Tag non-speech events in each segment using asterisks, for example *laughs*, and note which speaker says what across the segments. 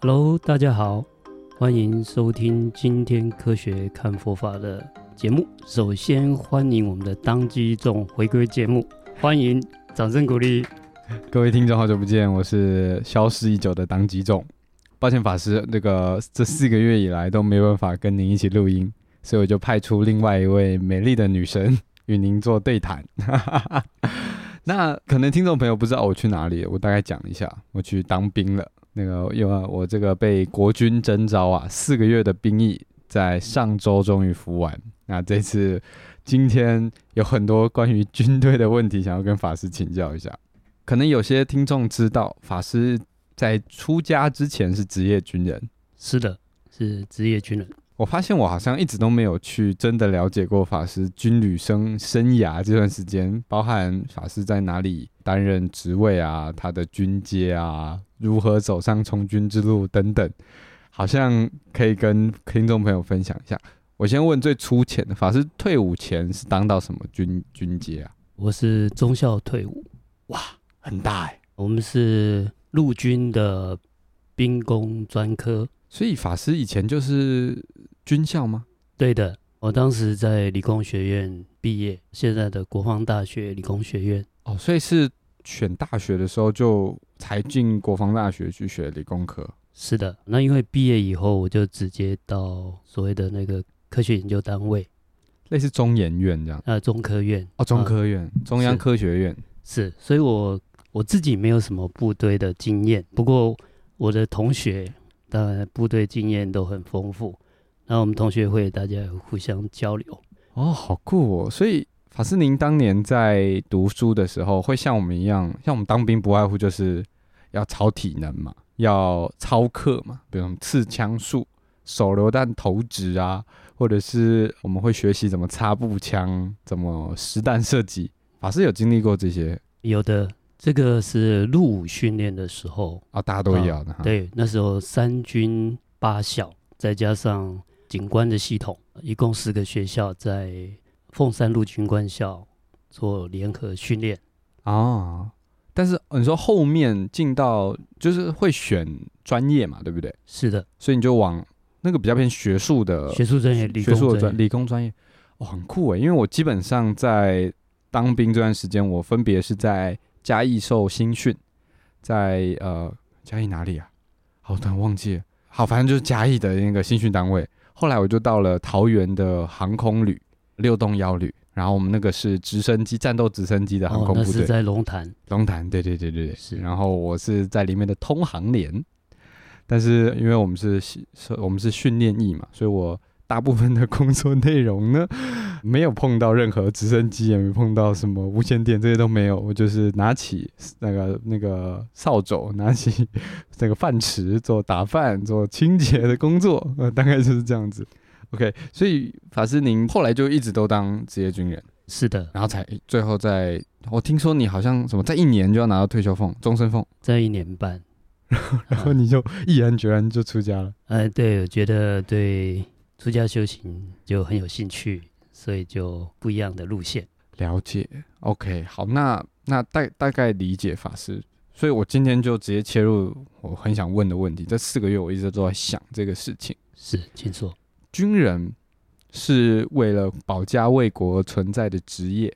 Speaker 1: Hello，大家好，欢迎收听今天科学看佛法的节目。首先欢迎我们的当机众回归节目，欢迎，掌声鼓励。
Speaker 2: 各位听众，好久不见，我是消失已久的当机众。抱歉，法师，那个这四个月以来都没办法跟您一起录音，所以我就派出另外一位美丽的女神与您做对谈。 *laughs* 那可能听众朋友不知道我去哪里，我大概讲一下，我去当兵了。那个因为我这个被国军征召啊，四个月的兵役，在上周终于服完。那这次今天有很多关于军队的问题，想要跟法师请教一下。可能有些听众知道，法师在出家之前是职业军人。
Speaker 1: 是的，是职业军人。
Speaker 2: 我发现我好像一直都没有去真的了解过法师军旅生生涯这段时间，包含法师在哪里担任职位啊，他的军阶啊，如何走上从军之路等等，好像可以跟听众朋友分享一下。我先问最粗浅的，法师退伍前是当到什么军军阶啊？
Speaker 1: 我是中校退伍，
Speaker 2: 很大哎、
Speaker 1: 我们是陆军的兵工专科。
Speaker 2: 所以法师以前就是军校吗？
Speaker 1: 对的，我当时在理工学院毕业，现在的国防大学理工学院。
Speaker 2: 哦，所以是选大学的时候就才进国防大学去学理工科。
Speaker 1: 是的，那因为毕业以后，我就直接到所谓的那个科学研究单位，
Speaker 2: 类似中研院这样
Speaker 1: 呃，中科院
Speaker 2: 哦，中
Speaker 1: 呃
Speaker 2: 科院、中央
Speaker 1: 是
Speaker 2: 科学院
Speaker 1: 是，所以我我自己没有什么部队的经验，不过我的同学当然部队经验都很丰富，那我们同学会大家也互相交流。
Speaker 2: 哦，好酷哦！所以法师您当年在读书的时候，会像我们一样，像我们当兵不外乎就是要操体能嘛，要操课嘛，比如什么刺枪术、手榴弹投掷啊，或者是我们会学习怎么擦步枪、怎么实弹射击。法师有经历过这些
Speaker 1: 有的这个是入伍训练的时候，
Speaker 2: 啊、大家都要的哈。
Speaker 1: 对，那时候三军八校再加上警官的系统，一共十个学校在凤山陆军官校做联合训练。
Speaker 2: 哦，但是哦你说后面进到就是会选专业嘛，对不对？
Speaker 1: 是的，
Speaker 2: 所以你就往那个比较偏学术的
Speaker 1: 学术专业、理
Speaker 2: 呃学术
Speaker 1: 工专
Speaker 2: 的专
Speaker 1: 业
Speaker 2: 理工专业，哦，很酷诶。因为我基本上在当兵这段时间，我分别是在嘉义受新训，在呃嘉义哪里啊？好，突然忘记了。好，反正就是嘉义的那个新训单位。后来我就到了桃园的航空旅六栋幺旅，然后我们那个是直升机战斗直升机的航
Speaker 1: 哦，
Speaker 2: 空
Speaker 1: 那
Speaker 2: 部队
Speaker 1: 是。在龙潭，
Speaker 2: 龙潭，对对对对对，
Speaker 1: 是
Speaker 2: 然后我是在里面的通航连，但是因为我们是训是我们是训练役嘛，所以我大部分的工作内容呢， *laughs* 没有碰到任何直升机，也没碰到什么无线电，这些都没有。我就是拿起那个那个扫帚，拿起 *laughs* 那个饭匙做打饭、做清洁的工作，呃，大概就是这样子。OK，所以法师您后来就一直都当职业军人。
Speaker 1: 是的，
Speaker 2: 然后才最后在，我听说你好像什么，在一年就要拿到退休俸、终身俸，
Speaker 1: 在一年半。
Speaker 2: *laughs* 然后你就毅然决然就出家了。
Speaker 1: 呃，对，我觉得对出家修行就很有兴趣，所以就不一样的路线。
Speaker 2: 了解，OK，好，那那大大概理解法师，所以我今天就直接切入我很想问的问题。这四个月我一直都在想这个事情，
Speaker 1: 是，请说。
Speaker 2: 军人是为了保家卫国而存在的职业，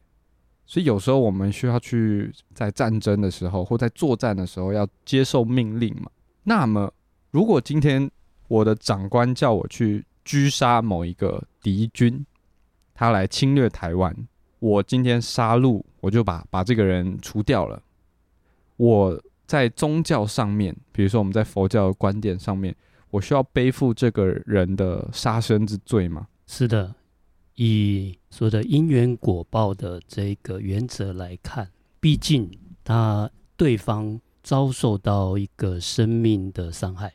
Speaker 2: 所以有时候我们需要去在战争的时候或在作战的时候要接受命令嘛。那么，如果今天我的长官叫我去狙杀某一个敌军，他来侵略台湾，我今天杀戮，我就把把这个人除掉了。我在宗教上面，比如说我们在佛教的观点上面，我需要背负这个人的杀身之罪吗？
Speaker 1: 是的，以说的因缘果报的这个原则来看，毕竟他对方遭受到一个生命的伤害，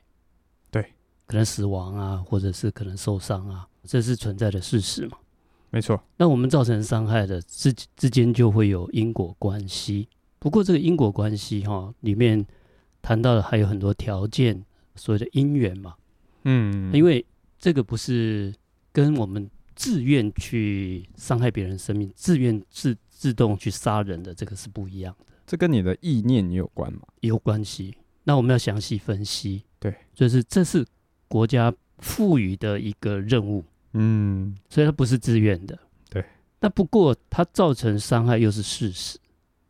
Speaker 2: 对，
Speaker 1: 可能死亡啊，或者是可能受伤啊，这是存在的事实嘛。
Speaker 2: 没错，
Speaker 1: 那我们造成伤害的之之间就会有因果关系。不过这个因果关系哈、里面谈到的还有很多条件，所谓的因缘嘛。
Speaker 2: 嗯
Speaker 1: 因为这个不是跟我们自愿去伤害别人生命、自愿自自动去杀人的这个是不一样的，
Speaker 2: 这跟你的意念也有关嘛。
Speaker 1: 有关系。那我们要详细分析。
Speaker 2: 对，
Speaker 1: 就是这是国家赋予的一个任务，
Speaker 2: 嗯，
Speaker 1: 所以它不是自愿的。
Speaker 2: 对，
Speaker 1: 那不过它造成伤害又是事实，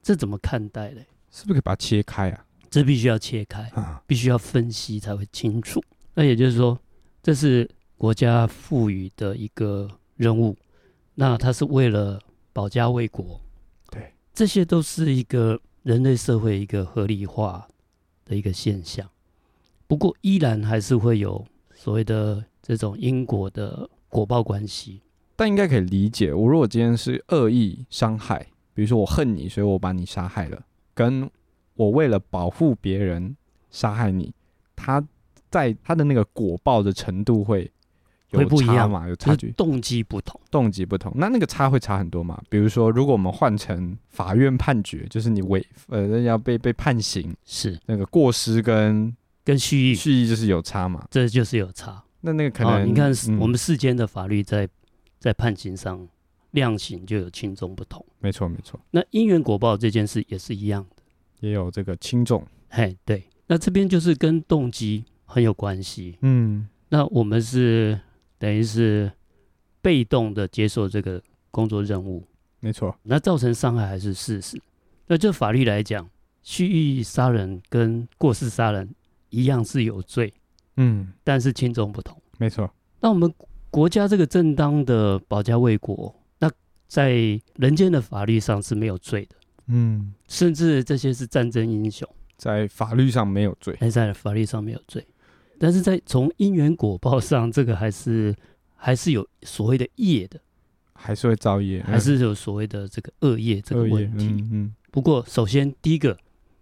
Speaker 1: 这怎么看待嘞？
Speaker 2: 是不是可以把它切开啊？
Speaker 1: 这必须要切开，
Speaker 2: 啊，
Speaker 1: 必须要分析才会清楚。那也就是说，这是国家赋予的一个任务，那它是为了保家卫国，
Speaker 2: 对，
Speaker 1: 这些都是一个人类社会一个合理化的一个现象。不过，依然还是会有所谓的这种因果的果报关系。
Speaker 2: 但应该可以理解。我如果今天是恶意伤害，比如说我恨你，所以我把你杀害了，跟我为了保护别人杀害你，他在他的那个果报的程度会有
Speaker 1: 会不一
Speaker 2: 差
Speaker 1: 样
Speaker 2: 嘛，有
Speaker 1: 就
Speaker 2: 差
Speaker 1: 是
Speaker 2: 距，
Speaker 1: 动机不同，
Speaker 2: 动机不同。那那个差会差很多嘛？比如说，如果我们换成法院判决，就是你违呃要被被判刑，
Speaker 1: 是
Speaker 2: 那个过失跟
Speaker 1: 跟蓄意，
Speaker 2: 蓄意就是有差嘛。
Speaker 1: 这就是有差。
Speaker 2: 那那个可
Speaker 1: 啊，
Speaker 2: 能、
Speaker 1: 你看
Speaker 2: 嗯
Speaker 1: 我们世间的法律在在判刑上量刑就有轻重不同。
Speaker 2: 没错没错，
Speaker 1: 那因缘果报这件事也是一样的，
Speaker 2: 也有这个轻重，
Speaker 1: 嘿，对。那这边就是跟动机很有关系。
Speaker 2: 嗯，
Speaker 1: 那我们是等于是被动的接受这个工作任务，
Speaker 2: 没错，
Speaker 1: 那造成伤害还是事实。那就法律来讲，蓄意杀人跟过失杀人一样是有罪，
Speaker 2: 嗯，
Speaker 1: 但是轻重不同。
Speaker 2: 没错。
Speaker 1: 那我们国家这个正当的保家卫国，那在人间的法律上是没有罪的，
Speaker 2: 嗯，
Speaker 1: 甚至这些是战争英雄，
Speaker 2: 在法律上没有罪。
Speaker 1: 但在法律上没有罪。但是在从因缘果报上，这个还是还是有所谓的业的，
Speaker 2: 还是会造业，
Speaker 1: 还是有所谓的这个恶业这个
Speaker 2: 嗯恶业
Speaker 1: 问题。
Speaker 2: 嗯嗯，
Speaker 1: 不过，首先第一个，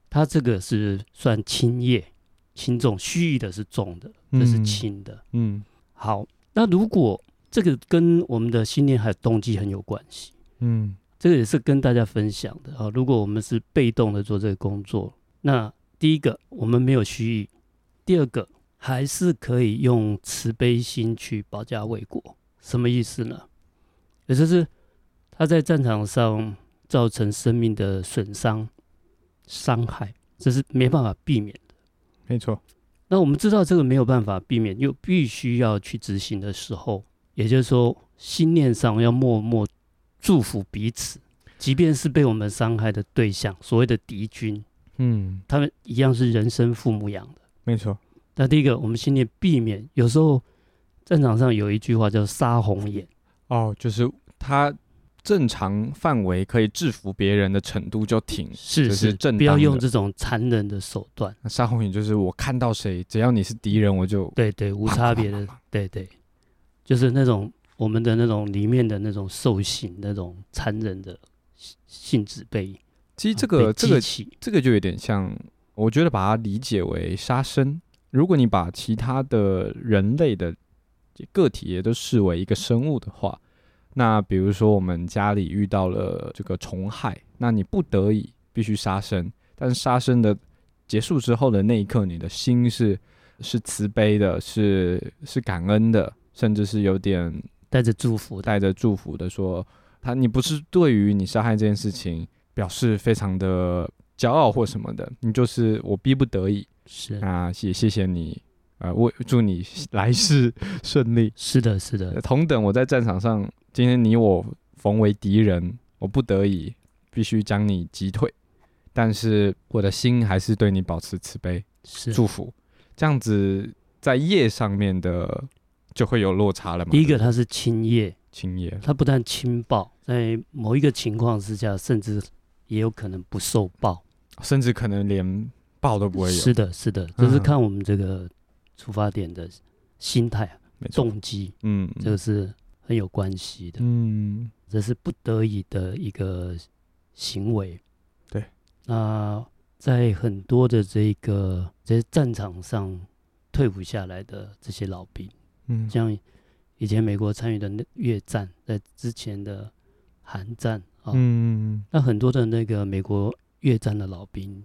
Speaker 1: 它这个是算轻业，轻重蓄意的是重的，这是
Speaker 2: 嗯
Speaker 1: 轻的。
Speaker 2: 嗯
Speaker 1: 好，那如果这个跟我们的信念还有动机很有关系。
Speaker 2: 嗯
Speaker 1: 这个也是跟大家分享的啊。如果我们是被动的做这个工作，那第一个我们没有虚意，第二个还是可以用慈悲心去保家卫国。什么意思呢？也就是他在战场上造成生命的损伤、伤害，这是没办法避免。
Speaker 2: 没错，
Speaker 1: 那我们知道这个没有办法避免，又必须要去执行的时候，也就是说，心念上要默默祝福彼此，即便是被我们伤害的对象，所谓的敌军，
Speaker 2: 嗯，
Speaker 1: 他们一样是人生父母养的。
Speaker 2: 没错，
Speaker 1: 那第一个，我们心念避免，有时候战场上有一句话叫“杀红眼
Speaker 2: 哦，就是他正常范围可以制服别人的程度就停”，。
Speaker 1: 是
Speaker 2: 这是
Speaker 1: 是，
Speaker 2: 正
Speaker 1: 不要
Speaker 2: 当
Speaker 1: 用
Speaker 2: 的
Speaker 1: 这种残忍的手段。
Speaker 2: 那杀红眼就是我看到谁，只要你是敌人，我就
Speaker 1: 对对，无
Speaker 2: 啪
Speaker 1: 差
Speaker 2: 啪
Speaker 1: 别
Speaker 2: 啪
Speaker 1: 的
Speaker 2: 啪，
Speaker 1: 对对，就是那种我们的那种里面的那种兽性、那种残忍的性性质被
Speaker 2: 其实这
Speaker 1: 啊被
Speaker 2: 个
Speaker 1: 激
Speaker 2: 这个
Speaker 1: 起
Speaker 2: 这个就有点像，我觉得把它理解为杀生。如果你把其他的人类的个体也都视为一个生物的话，那比如说我们家里遇到了这个虫害，那你不得已必须杀生，但是杀生的结束之后的那一刻，你的心是是慈悲的，是是感恩的，甚至是有点
Speaker 1: 带着祝福的，
Speaker 2: 带着祝福的说，他你不是对于你杀害这件事情表示非常的骄傲或什么的，你就是我逼不得已
Speaker 1: 是
Speaker 2: 啊，也谢谢你，呃，我祝你来世顺利。
Speaker 1: 是的，是
Speaker 2: 呃
Speaker 1: 的，
Speaker 2: 同等，我在战场上，今天你我逢为敌人，我不得已必须将你击退，但是我的心还是对你保持慈悲
Speaker 1: 是。
Speaker 2: 祝福，这样子在业上面的就会有落差了嘛。
Speaker 1: 第一个，它是轻业，
Speaker 2: 亲业，
Speaker 1: 它不但轻报，在某一个情况之下，甚至也有可能不受报。
Speaker 2: 甚至可能连报都不会有。
Speaker 1: 是的，是的，就是
Speaker 2: 嗯
Speaker 1: 看我们这个出发点的心态、啊
Speaker 2: 没错，
Speaker 1: 动机，
Speaker 2: 嗯，
Speaker 1: 这个是很有关系的。
Speaker 2: 嗯，
Speaker 1: 这是不得已的一个行为。
Speaker 2: 对，
Speaker 1: 那在很多的这个这些战场上退伍下来的这些老兵，
Speaker 2: 嗯，
Speaker 1: 像以前美国参与的那越战，在之前的韩战啊，
Speaker 2: 嗯，
Speaker 1: 那很多的那个美国越战的老兵，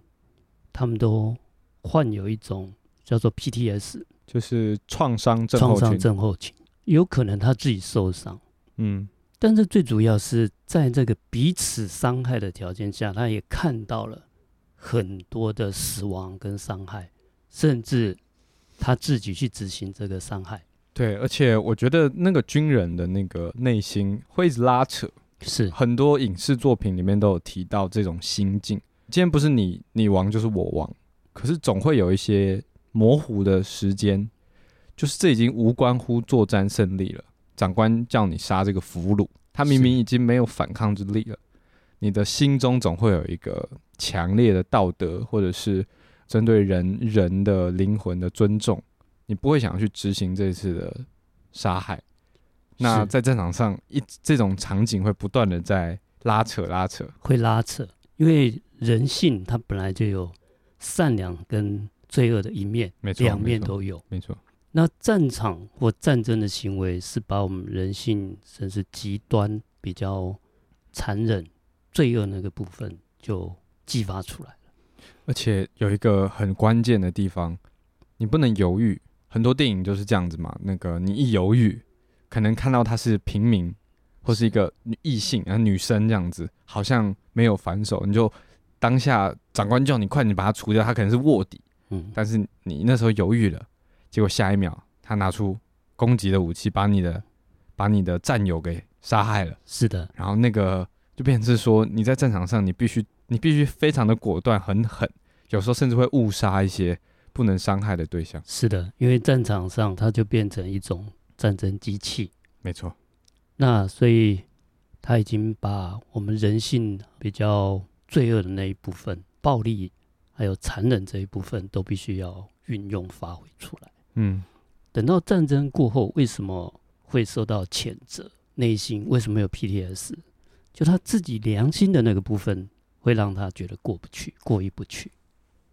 Speaker 1: 他们都患有一种叫做 PTS
Speaker 2: 就是创伤症
Speaker 1: 创
Speaker 2: 候
Speaker 1: 伤
Speaker 2: 群，
Speaker 1: 症候群，有可能他自己受伤。
Speaker 2: 嗯，
Speaker 1: 但是最主要是在这个彼此伤害的条件下，他也看到了很多的死亡跟伤害，甚至他自己去执行这个伤害。
Speaker 2: 对，而且我觉得那个军人的那个内心会一直拉扯，
Speaker 1: 是
Speaker 2: 很多影视作品里面都有提到这种心境。今天不是你你亡就是我亡，可是总会有一些模糊的时间，就是这已经无关乎作战胜利了。长官叫你杀这个俘虏，他明明已经没有反抗之力了，你的心中总会有一个强烈的道德或者是针对人人的灵魂的尊重，你不会想要去执行这次的杀害。那
Speaker 1: 是
Speaker 2: 在战场上，一这种场景会不断的在拉扯拉扯，
Speaker 1: 会拉扯，因为人性它本来就有善良跟罪恶的一面，
Speaker 2: 没错，
Speaker 1: 两面
Speaker 2: 没错
Speaker 1: 都有。
Speaker 2: 没错，
Speaker 1: 那战场或战争的行为是把我们人性甚至极端、比较残忍、罪恶那个部分就激发出来了。
Speaker 2: 而且有一个很关键的地方，你不能犹豫。很多电影就是这样子嘛，那个你一犹豫，可能看到她是平民或是一个女异性啊女生这样子，好像没有反手，你就当下长官叫你快点把她除掉，她可能是卧底，
Speaker 1: 嗯，
Speaker 2: 但是你那时候犹豫了，结果下一秒他拿出攻击的武器，把你的把你的战友给杀害了。
Speaker 1: 是的，
Speaker 2: 然后那个就变成是说，你在战场上你必须你必须非常的果断，很狠，有时候甚至会误杀一些不能伤害的对象。
Speaker 1: 是的，因为战场上它就变成一种战争机器，
Speaker 2: 没错，
Speaker 1: 那所以他已经把我们人性比较罪恶的那一部分、暴力还有残忍这一部分都必须要运用发挥出来。
Speaker 2: 嗯，
Speaker 1: 等到战争过后，为什么会受到谴责？内心为什么有 PTS？就他自己良心的那个部分，会让他觉得过不去、过意不去。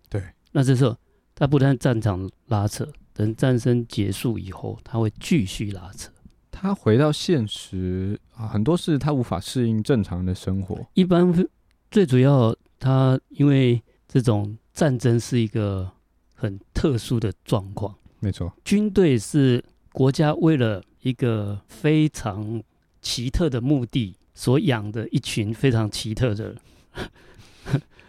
Speaker 2: 对，
Speaker 1: 那这时候他不但战场拉扯，等战争结束以后，他会继续拉扯。
Speaker 2: 他回到现实啊，很多事他无法适应正常的生活。
Speaker 1: 一般会最主要，他因为这种战争是一个很特殊的状况，
Speaker 2: 没错，
Speaker 1: 军队是国家为了一个非常奇特的目的所养的一群非常奇特的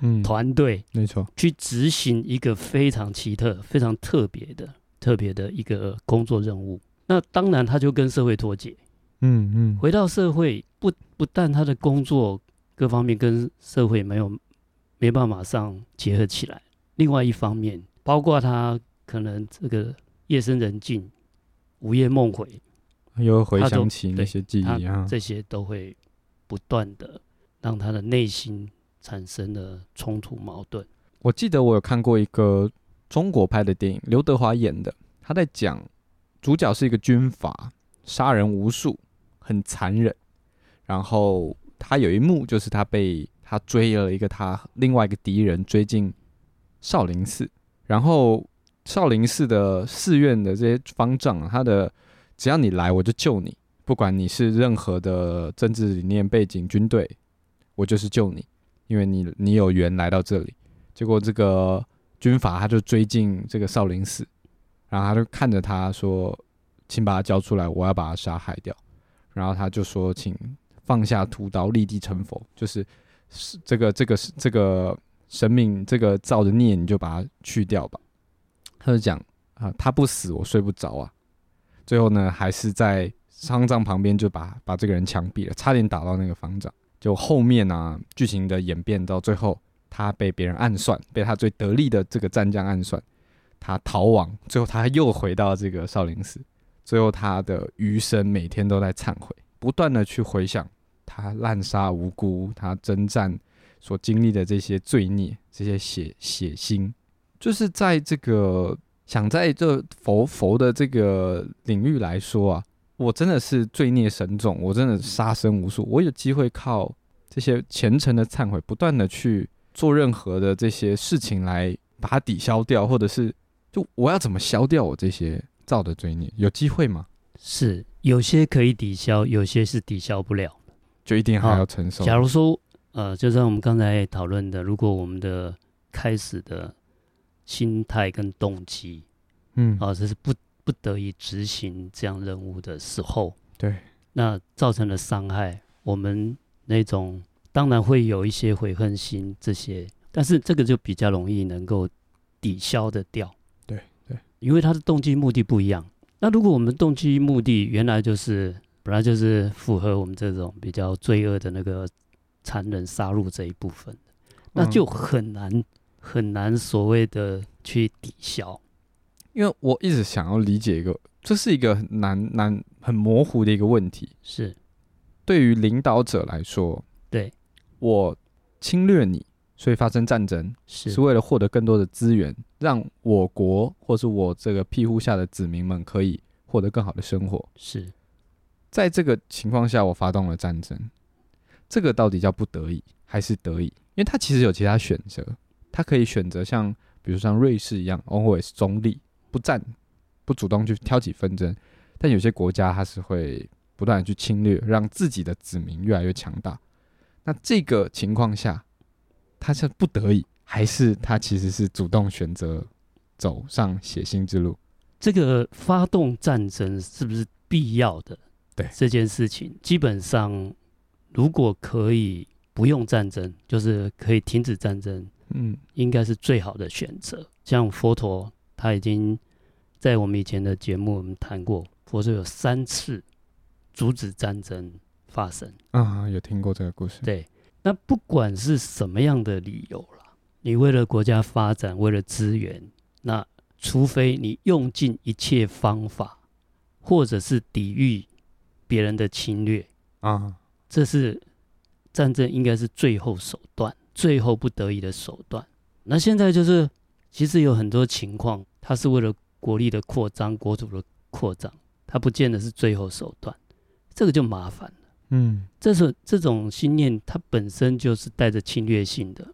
Speaker 2: 嗯，
Speaker 1: 团队，
Speaker 2: 没错，
Speaker 1: 去执行一个非常奇特、非常特别的、特别的一个工作任务。那当然，他就跟社会脱节。
Speaker 2: 嗯嗯，
Speaker 1: 回到社会，不不但他的工作各方面跟社会没有没办法上结合起来，另外一方面，包括他可能这个夜深人静、午夜梦回，
Speaker 2: 又回
Speaker 1: 他就
Speaker 2: 想起那些记忆啊，
Speaker 1: 这些都会不断的让他的内心产生了冲突矛盾。
Speaker 2: 我记得我有看过一个中国拍的电影，刘德华演的，他在讲主角是一个军阀，杀人无数，很残忍。然后他有一幕就是他被他追了一个他另外一个敌人追进少林寺，然后少林寺的寺院的这些方丈啊，他的只要你来我就救你，不管你是任何的政治理念背景、军队，我就是救你，因为你你有缘来到这里。结果这个军阀他就追进这个少林寺，然后他就看着他说：“请把他交出来，我要把他杀害掉。”然后他就说：“请放下屠刀，立地成佛。”就是是这个这个是这个神明这个造的孽，你就把它去掉吧。他就讲啊、他不死我睡不着啊。最后呢，还是在方丈旁边就把把这个人枪毙了，差点打到那个方丈。就后面啊，剧情的演变到最后，他被别人暗算，被他最得力的这个战将暗算，他逃亡，最后他又回到这个少林寺，最后他的余生每天都在忏悔，不断的去回想他滥杀无辜，他征战所经历的这些罪孽，这些血血腥，就是在这个想在这佛佛的这个领域来说啊。我真的是罪孽深重，我真的杀生无数。我有机会靠这些虔诚的忏悔，不断的去做任何的这些事情来把它抵消掉，或者是就我要怎么消掉我这些造的罪孽？有机会吗？
Speaker 1: 是有些可以抵消，有些是抵消不了。
Speaker 2: 就一定还要承受？
Speaker 1: 假如说，呃，就像我们刚才讨论的，如果我们的开始的心态跟动机
Speaker 2: 嗯，
Speaker 1: 啊，这是不不得已执行这样任务的时候，
Speaker 2: 对，
Speaker 1: 那造成的伤害，我们那种当然会有一些悔恨心这些，但是这个就比较容易能够抵消的掉。因为他的动机目的不一样。那如果我们动机目的原来就是本来就是符合我们这种比较罪恶的那个残忍杀戮这一部分，
Speaker 2: 嗯
Speaker 1: 那就很难很难所谓的去抵消。
Speaker 2: 因为我一直想要理解一个，这是一个很难难很模糊的一个问题。
Speaker 1: 是
Speaker 2: 对于领导者来说，
Speaker 1: 对
Speaker 2: 我侵略你，所以发生战争，
Speaker 1: 是
Speaker 2: 是为了获得更多的资源，让我国或是我这个庇护下的子民们可以获得更好的生活。
Speaker 1: 是，
Speaker 2: 在这个情况下，我发动了战争，这个到底叫不得已还是得已？因为他其实有其他选择，他可以选择像比如像瑞士一样，always 中立，不战，不主动去挑起纷争。但有些国家它是会不断的去侵略，让自己的子民越来越强大。那这个情况下，他是不得已，还是他其实是主动选择走上血腥之路？
Speaker 1: 这个发动战争是不是必要的？
Speaker 2: 对
Speaker 1: 这件事情，基本上如果可以不用战争，就是可以停止战争，
Speaker 2: 嗯，
Speaker 1: 应该是最好的选择。像佛陀，他已经在我们以前的节目我们谈过，佛陀有三次阻止战争发生。
Speaker 2: 啊，有听过这个故事。
Speaker 1: 对，那不管是什么样的理由啦，你为了国家发展，为了资源，那除非你用尽一切方法，或者是抵御别人的侵略，
Speaker 2: 啊，
Speaker 1: 这是战争应该是最后手段，最后不得已的手段。那现在就是，其实有很多情况，它是为了国力的扩张、国土的扩张，它不见得是最后手段，这个就麻烦。
Speaker 2: 嗯。
Speaker 1: 这是这种信念，它本身就是带着侵略性的。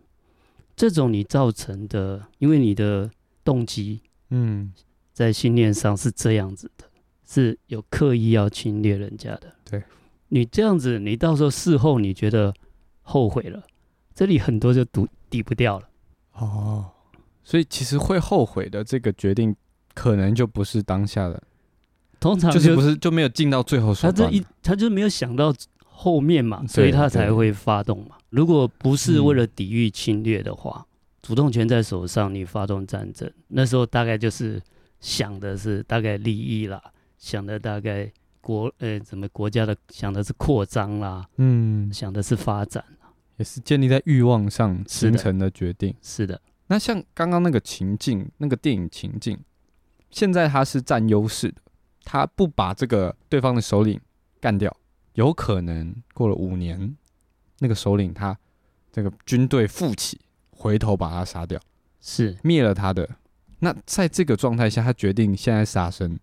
Speaker 1: 这种你造成的，因为你的动机
Speaker 2: 嗯，
Speaker 1: 在信念上是这样子的，是有刻意要侵略人家的。
Speaker 2: 对，
Speaker 1: 你这样子，你到时候事后你觉得后悔了，这里很多就抵抵不掉了。
Speaker 2: 哦，所以其实会后悔的这个决定，可能就不是当下的，
Speaker 1: 通常
Speaker 2: 就是不是就没有进到最后
Speaker 1: 他
Speaker 2: 手
Speaker 1: 这
Speaker 2: 段。嗯
Speaker 1: 一他就没有想到后面嘛，所以
Speaker 2: 对
Speaker 1: 他
Speaker 2: 对嗯
Speaker 1: 才会发动嘛。如果不是为了抵御侵略的话，主动权在手上，你发动战争，那时候大概就是想的是大概利益啦，想的大概国呃怎么国家的想的是扩张啦，
Speaker 2: 嗯，
Speaker 1: 想的是发展，
Speaker 2: 也是建立在欲望上
Speaker 1: 是
Speaker 2: 形
Speaker 1: 的
Speaker 2: 成的决定。
Speaker 1: 是的，
Speaker 2: 那像刚刚那个情境，那个电影情境，现在他是占优势的，他不把这个对方的首领干掉，有可能过了五年，那个首领他这个军队复起，回头把他杀掉。
Speaker 1: 是
Speaker 2: 灭了他的。那在这个状态下，他决定现在杀生。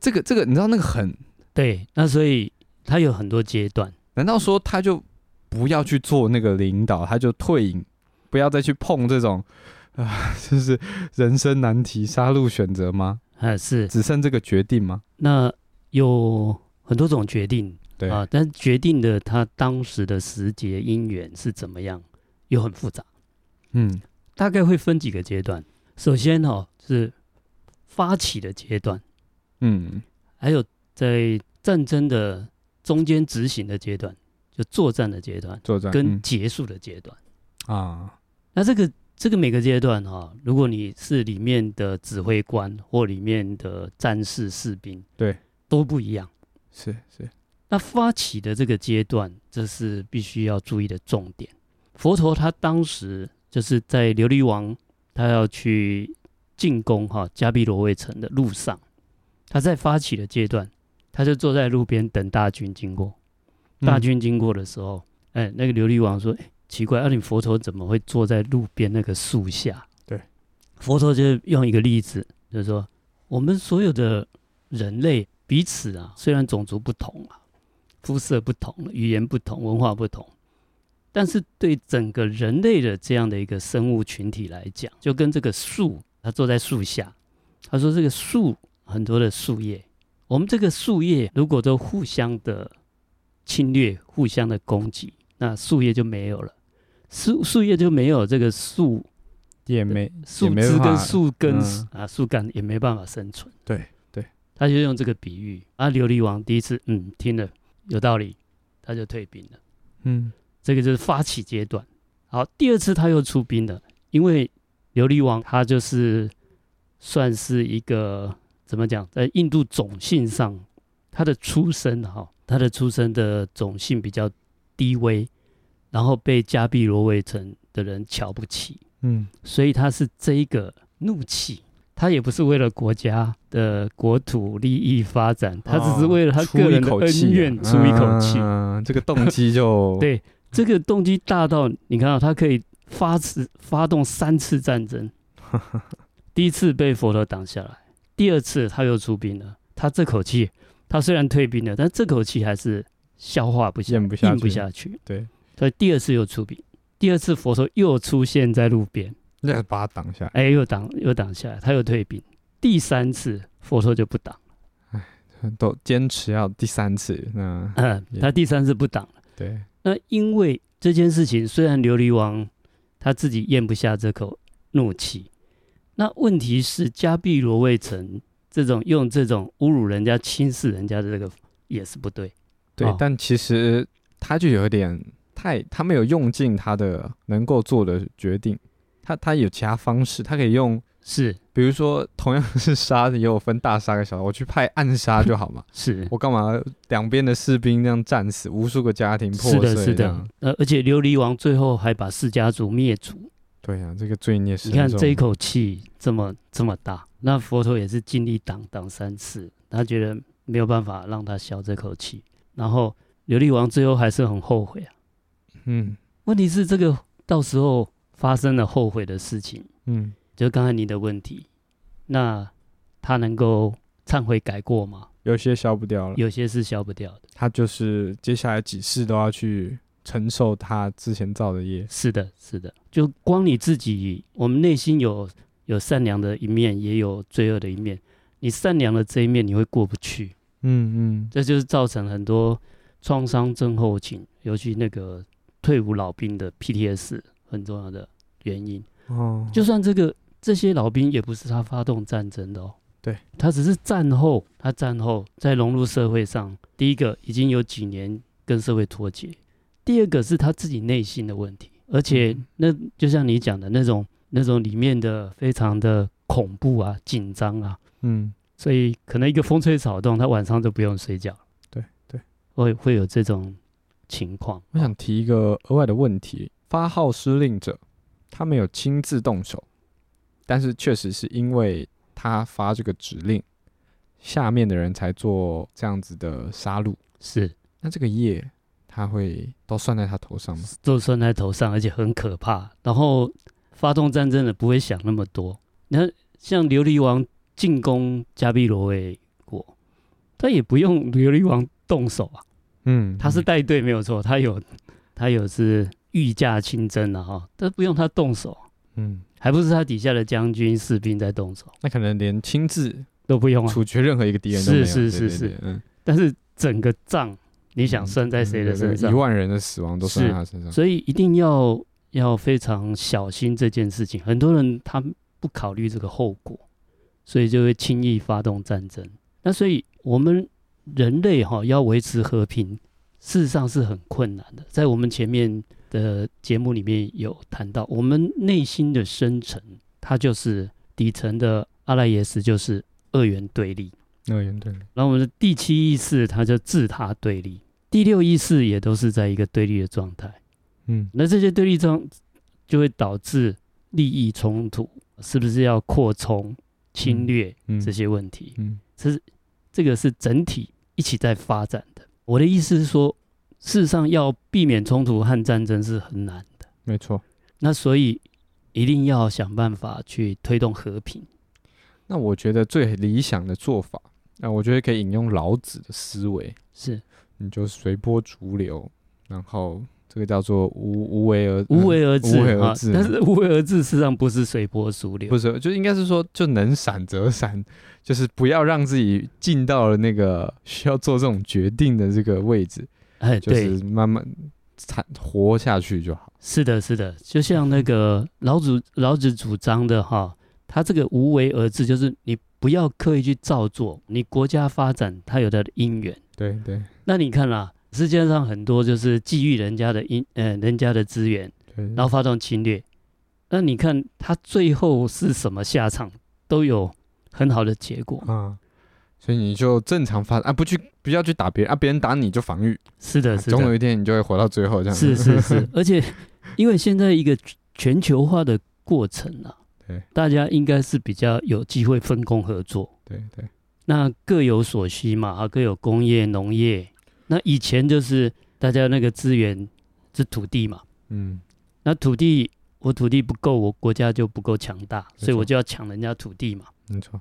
Speaker 2: 这个这个，你知道那个很？
Speaker 1: 对。那所以他有很多阶段，
Speaker 2: 难道说他就不要去做那个领导，他就退隐，不要再去碰这种啊、就是人生难题、杀戮选择吗？
Speaker 1: 啊是
Speaker 2: 只剩这个决定吗？
Speaker 1: 那有很多种决定，
Speaker 2: 对，
Speaker 1: 啊，但是决定的他当时的时节因缘是怎么样，又很复杂，
Speaker 2: 嗯
Speaker 1: 大概会分几个阶段。首先哈、哦、是发起的阶段，
Speaker 2: 嗯
Speaker 1: 还有在战争的中间执行的阶段，就作战的阶段
Speaker 2: 作战
Speaker 1: 跟
Speaker 2: 嗯
Speaker 1: 结束的阶段。
Speaker 2: 啊，
Speaker 1: 那这个这个每个阶段哈、如果你是里面的指挥官或里面的战士士兵，
Speaker 2: 对，
Speaker 1: 都不一样。
Speaker 2: 是是，
Speaker 1: 那发起的这个阶段，这是必须要注意的重点。佛陀他当时就是在琉璃王他要去进攻哈加比罗卫城的路上，他在发起的阶段，他就坐在路边等大军经过。大
Speaker 2: 嗯
Speaker 1: 军经过的时候，哎、那个琉璃王说：“哎、奇怪，啊，你佛陀怎么会坐在路边那个树下？”
Speaker 2: 对，
Speaker 1: 佛陀就用一个例子，就是说，我们所有的人类彼此啊，虽然种族不同啊，肤色不同，语言不同，文化不同。但是对整个人类的这样的一个生物群体来讲，就跟这个树，它坐在树下，他说这个树很多的树叶，我们这个树叶如果都互相的侵略、互相的攻击，那树叶就没有了，树树叶就没有这个树
Speaker 2: 也没
Speaker 1: 树
Speaker 2: 也没
Speaker 1: 枝
Speaker 2: 办
Speaker 1: 跟
Speaker 2: 法
Speaker 1: 树根、
Speaker 2: 嗯
Speaker 1: 啊树干也没办法生存。
Speaker 2: 对对，
Speaker 1: 他就用这个比喻啊。琉璃王第一次嗯听了有道理，他就退兵了。
Speaker 2: 嗯
Speaker 1: 这个就是发起阶段。好，第二次他又出兵了，因为琉璃王他就是算是一个怎么讲，在印度种姓上，他的出身哈，他的出身的种姓比较低微，然后被加碧罗卫城的人瞧不起，
Speaker 2: 嗯
Speaker 1: 所以他是这一个怒气。他也不是为了国家的国土利益发展，
Speaker 2: 啊
Speaker 1: 他只是为了他个人的恩怨哦出一啊口气。
Speaker 2: 嗯，啊这个动机就
Speaker 1: *laughs*
Speaker 2: *laughs*
Speaker 1: 对这个动机大到，你看啊，他可以发次发动三次战
Speaker 2: *laughs*
Speaker 1: 争，第一次被佛罗挡下来，第二次他又出兵了。他这口气，他虽然退兵了，但这口气还是消化不下，
Speaker 2: 咽不下去
Speaker 1: 硬不下去。
Speaker 2: 对，
Speaker 1: 所以第二次又出兵，第二次佛陀又出现在路边，
Speaker 2: 那把它挡下来，
Speaker 1: 哎，又挡又挡下来，他又退兵。第三次佛陀就不挡，
Speaker 2: 都坚持要第三次，
Speaker 1: *laughs*
Speaker 2: 那
Speaker 1: 嗯，他第三次不挡。
Speaker 2: 对，
Speaker 1: 那因为这件事情，虽然琉璃王他自己咽不下这口怒气，那问题是加碧罗卫城这种用这种侮辱人家、轻视人家的这个也是不对。
Speaker 2: 对
Speaker 1: 哦，
Speaker 2: 但其实他就有一点太，他没有用尽他的能够做的决定，他他有其他方式，他可以用，
Speaker 1: 是
Speaker 2: 比如说同样是杀，也有分大杀跟小杀，我去派暗杀就好嘛， *laughs*
Speaker 1: 是
Speaker 2: 我干嘛两边的士兵这样战死，无数个家庭破
Speaker 1: 是
Speaker 2: 碎
Speaker 1: 的，是
Speaker 2: 这
Speaker 1: 的
Speaker 2: 样，。
Speaker 1: 呃，而且琉璃王最后还把释家族灭族，
Speaker 2: 对啊呀、这个罪孽深
Speaker 1: 你
Speaker 2: 重。啊
Speaker 1: 看这一口气这么这么大，那佛陀也是尽力挡挡三次，他觉得没有办法让他消这口气，然后琉璃王最后还是很后悔啊。
Speaker 2: 嗯
Speaker 1: 问题是这个到时候发生了后悔的事情，
Speaker 2: 嗯，
Speaker 1: 就刚才你的问题，那他能够忏悔改过吗？
Speaker 2: 有些消不掉了，
Speaker 1: 有些是消不掉的。
Speaker 2: 他就是接下来几世都要去承受他之前造的业。
Speaker 1: 是的，是的，就光你自己，我们内心有有善良的一面，也有罪恶的一面。你善良的这一面你会过不去，
Speaker 2: 嗯嗯，
Speaker 1: 这就是造成很多创伤症候群，尤其那个退伍老兵的 PTS 很重要的原因。
Speaker 2: 哦，
Speaker 1: 就算这个这些老兵也不是他发动战争的哦，
Speaker 2: 对
Speaker 1: 他只是战后，他战后在融入社会上，第一个已经有几年跟社会脱节，第二个是他自己内心的问题，而且
Speaker 2: 嗯
Speaker 1: 那就像你讲的那种那种里面的非常的恐怖啊、紧张啊，
Speaker 2: 嗯，
Speaker 1: 所以可能一个风吹草动，他晚上就不用睡觉。
Speaker 2: 对对，
Speaker 1: 会会有这种情况。
Speaker 2: 我想提一个额外的问题：发号施令者，他没有亲自动手，但是确实是因为他发这个指令，下面的人才做这样子的杀戮。
Speaker 1: 是
Speaker 2: 那这个业，他会都算在他头上吗？
Speaker 1: 都算在头上，而且很可怕。然后发动战争的不会想那么多。你看，像琉璃王进攻加比罗卫国，他也不用琉璃王动手啊，
Speaker 2: 嗯
Speaker 1: 他是带队没有错，他有他有是御驾亲征的、哈，但不用他动手，
Speaker 2: 嗯，
Speaker 1: 还不是他底下的将军士兵在动手，
Speaker 2: 那可能连亲自
Speaker 1: 都不用啊。
Speaker 2: 处决任何一个敌人都没有。
Speaker 1: 是是
Speaker 2: 对对
Speaker 1: 是
Speaker 2: 对
Speaker 1: 是
Speaker 2: 嗯，
Speaker 1: 但是整个仗，你想算在谁的身上
Speaker 2: 一？万人的死亡都算在他身上。
Speaker 1: 所以一定要要非常小心这件事情。很多人他不考虑这个后果，所以就会轻易发动战争。那所以我们人类哈、要维持和平，事实上是很困难的。在我们前面的节目里面有谈到，我们内心的深层，它就是底层的阿赖耶识，就是二元对立。
Speaker 2: 那人哦对，
Speaker 1: 然后我们的第七意识，它就自他对立；第六意识也都是在一个对立的状态。
Speaker 2: 嗯
Speaker 1: 那这些对立状就会导致利益冲突，是不是要扩充、侵略
Speaker 2: 嗯
Speaker 1: 这些问题？
Speaker 2: 嗯
Speaker 1: 这是这个是整体一起在发展的。我的意思是说，事实上要避免冲突和战争是很难的，
Speaker 2: 没错。
Speaker 1: 那所以一定要想办法去推动和平。
Speaker 2: 那我觉得最理想的做法，那我觉得可以引用老子的思维，
Speaker 1: 是
Speaker 2: 你就随波逐流，然后这个叫做无无为而
Speaker 1: 无为而治
Speaker 2: 嗯无为而
Speaker 1: 啊
Speaker 2: 治，
Speaker 1: 但是无为而治事实上不是随波逐流，
Speaker 2: 不是，就应该是说，就能闪则闪，就是不要让自己进到了那个 *laughs* 需要做这种决定的这个位置，
Speaker 1: 哎，
Speaker 2: 就
Speaker 1: 对，
Speaker 2: 是慢慢残活下去就好。
Speaker 1: 是的，是的，就像那个老子老子主张的哈，他这个无为而治，就是你不要刻意去造作，你国家发展它有它的因缘。
Speaker 2: 对对
Speaker 1: 那你看啦，世界上很多就是觊觎人家的因，呃，人家的资源，
Speaker 2: 对，
Speaker 1: 然后发动侵略。那你看他最后是什么下场？都有很好的结果。
Speaker 2: 啊，所以你就正常发啊，不去不要去打别人啊，别人打你就防御，
Speaker 1: 是的，是
Speaker 2: 总有
Speaker 1: 的，
Speaker 2: 一天你就会活到最后这样。
Speaker 1: 是是
Speaker 2: *laughs*
Speaker 1: 是，而且因为现在一个全球化的过程啊，
Speaker 2: 对
Speaker 1: 大家应该是比较有机会分工合作。
Speaker 2: 对对，
Speaker 1: 那各有所需嘛，啊，各有工业、农业。那以前就是大家那个资源是土地嘛，
Speaker 2: 嗯，
Speaker 1: 那土地我土地不够，我国家就不够强大，
Speaker 2: 没错
Speaker 1: 所以我就要抢人家土地嘛。
Speaker 2: 没错，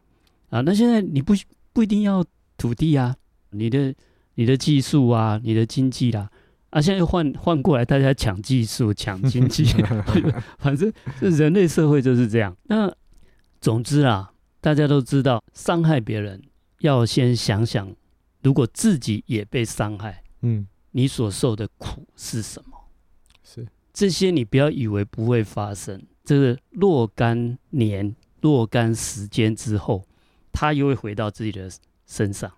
Speaker 1: 啊，那现在你不不一定要土地啊，你的你的技术啊，你的经济啦、啊，现在又换换过来，大家抢技术、抢经济，反正这人类社会就是这样。那总之啊，大家都知道，伤害别人要先想想，如果自己也被伤害，
Speaker 2: *laughs* 嗯，
Speaker 1: 你所受的苦是什么？
Speaker 2: 是
Speaker 1: 这些你不要以为不会发生，这个若干年、若干时间之后，它又会回到自己的身上，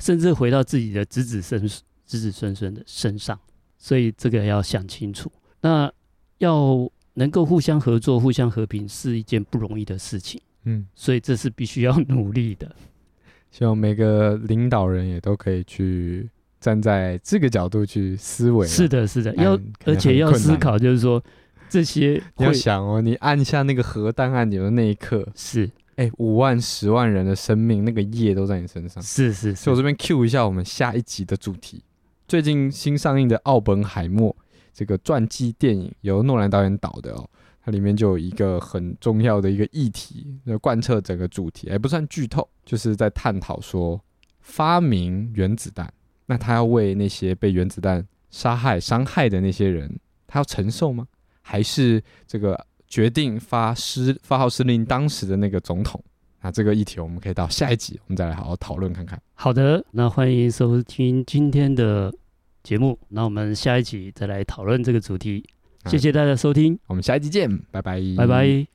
Speaker 1: 甚至回到自己的子子孙子子孙孙的身上。所以这个要想清楚。那要能够互相合作、互相和平是一件不容易的事情，
Speaker 2: 嗯，
Speaker 1: 所以这是必须要努力的。
Speaker 2: 希望每个领导人也都可以去站在这个角度去思维啊。
Speaker 1: 是的，是的，
Speaker 2: 但
Speaker 1: 要
Speaker 2: 可能
Speaker 1: 而且
Speaker 2: 很
Speaker 1: 要
Speaker 2: 困
Speaker 1: 思
Speaker 2: 难
Speaker 1: 考，就是说这些
Speaker 2: 你要
Speaker 1: 会
Speaker 2: 想哦，你按下那个核弹按钮的那一刻，
Speaker 1: 是
Speaker 2: 哎、五万、十万人的生命，那个业都在你身上。
Speaker 1: 是是
Speaker 2: 所以我
Speaker 1: 是，
Speaker 2: 这边 Q 一下我们下一集的主题，最近新上映的《奥本海默》这个传记电影，由诺兰导演导的哦，它里面就有一个很重要的一个议题，那贯彻整个主题，哎，不算剧透，就是在探讨说发明原子弹，那他要为那些被原子弹杀害、伤害的那些人，他要承受吗？还是这个决定发施发号施令当时的那个总统？那这个议题我们可以到下一集我们再来好好讨论看看。
Speaker 1: 好的，那欢迎收听今天的节目，那我们下一集再来讨论这个主题。谢谢大家收听，
Speaker 2: 我们下一集见，拜拜，
Speaker 1: 拜拜。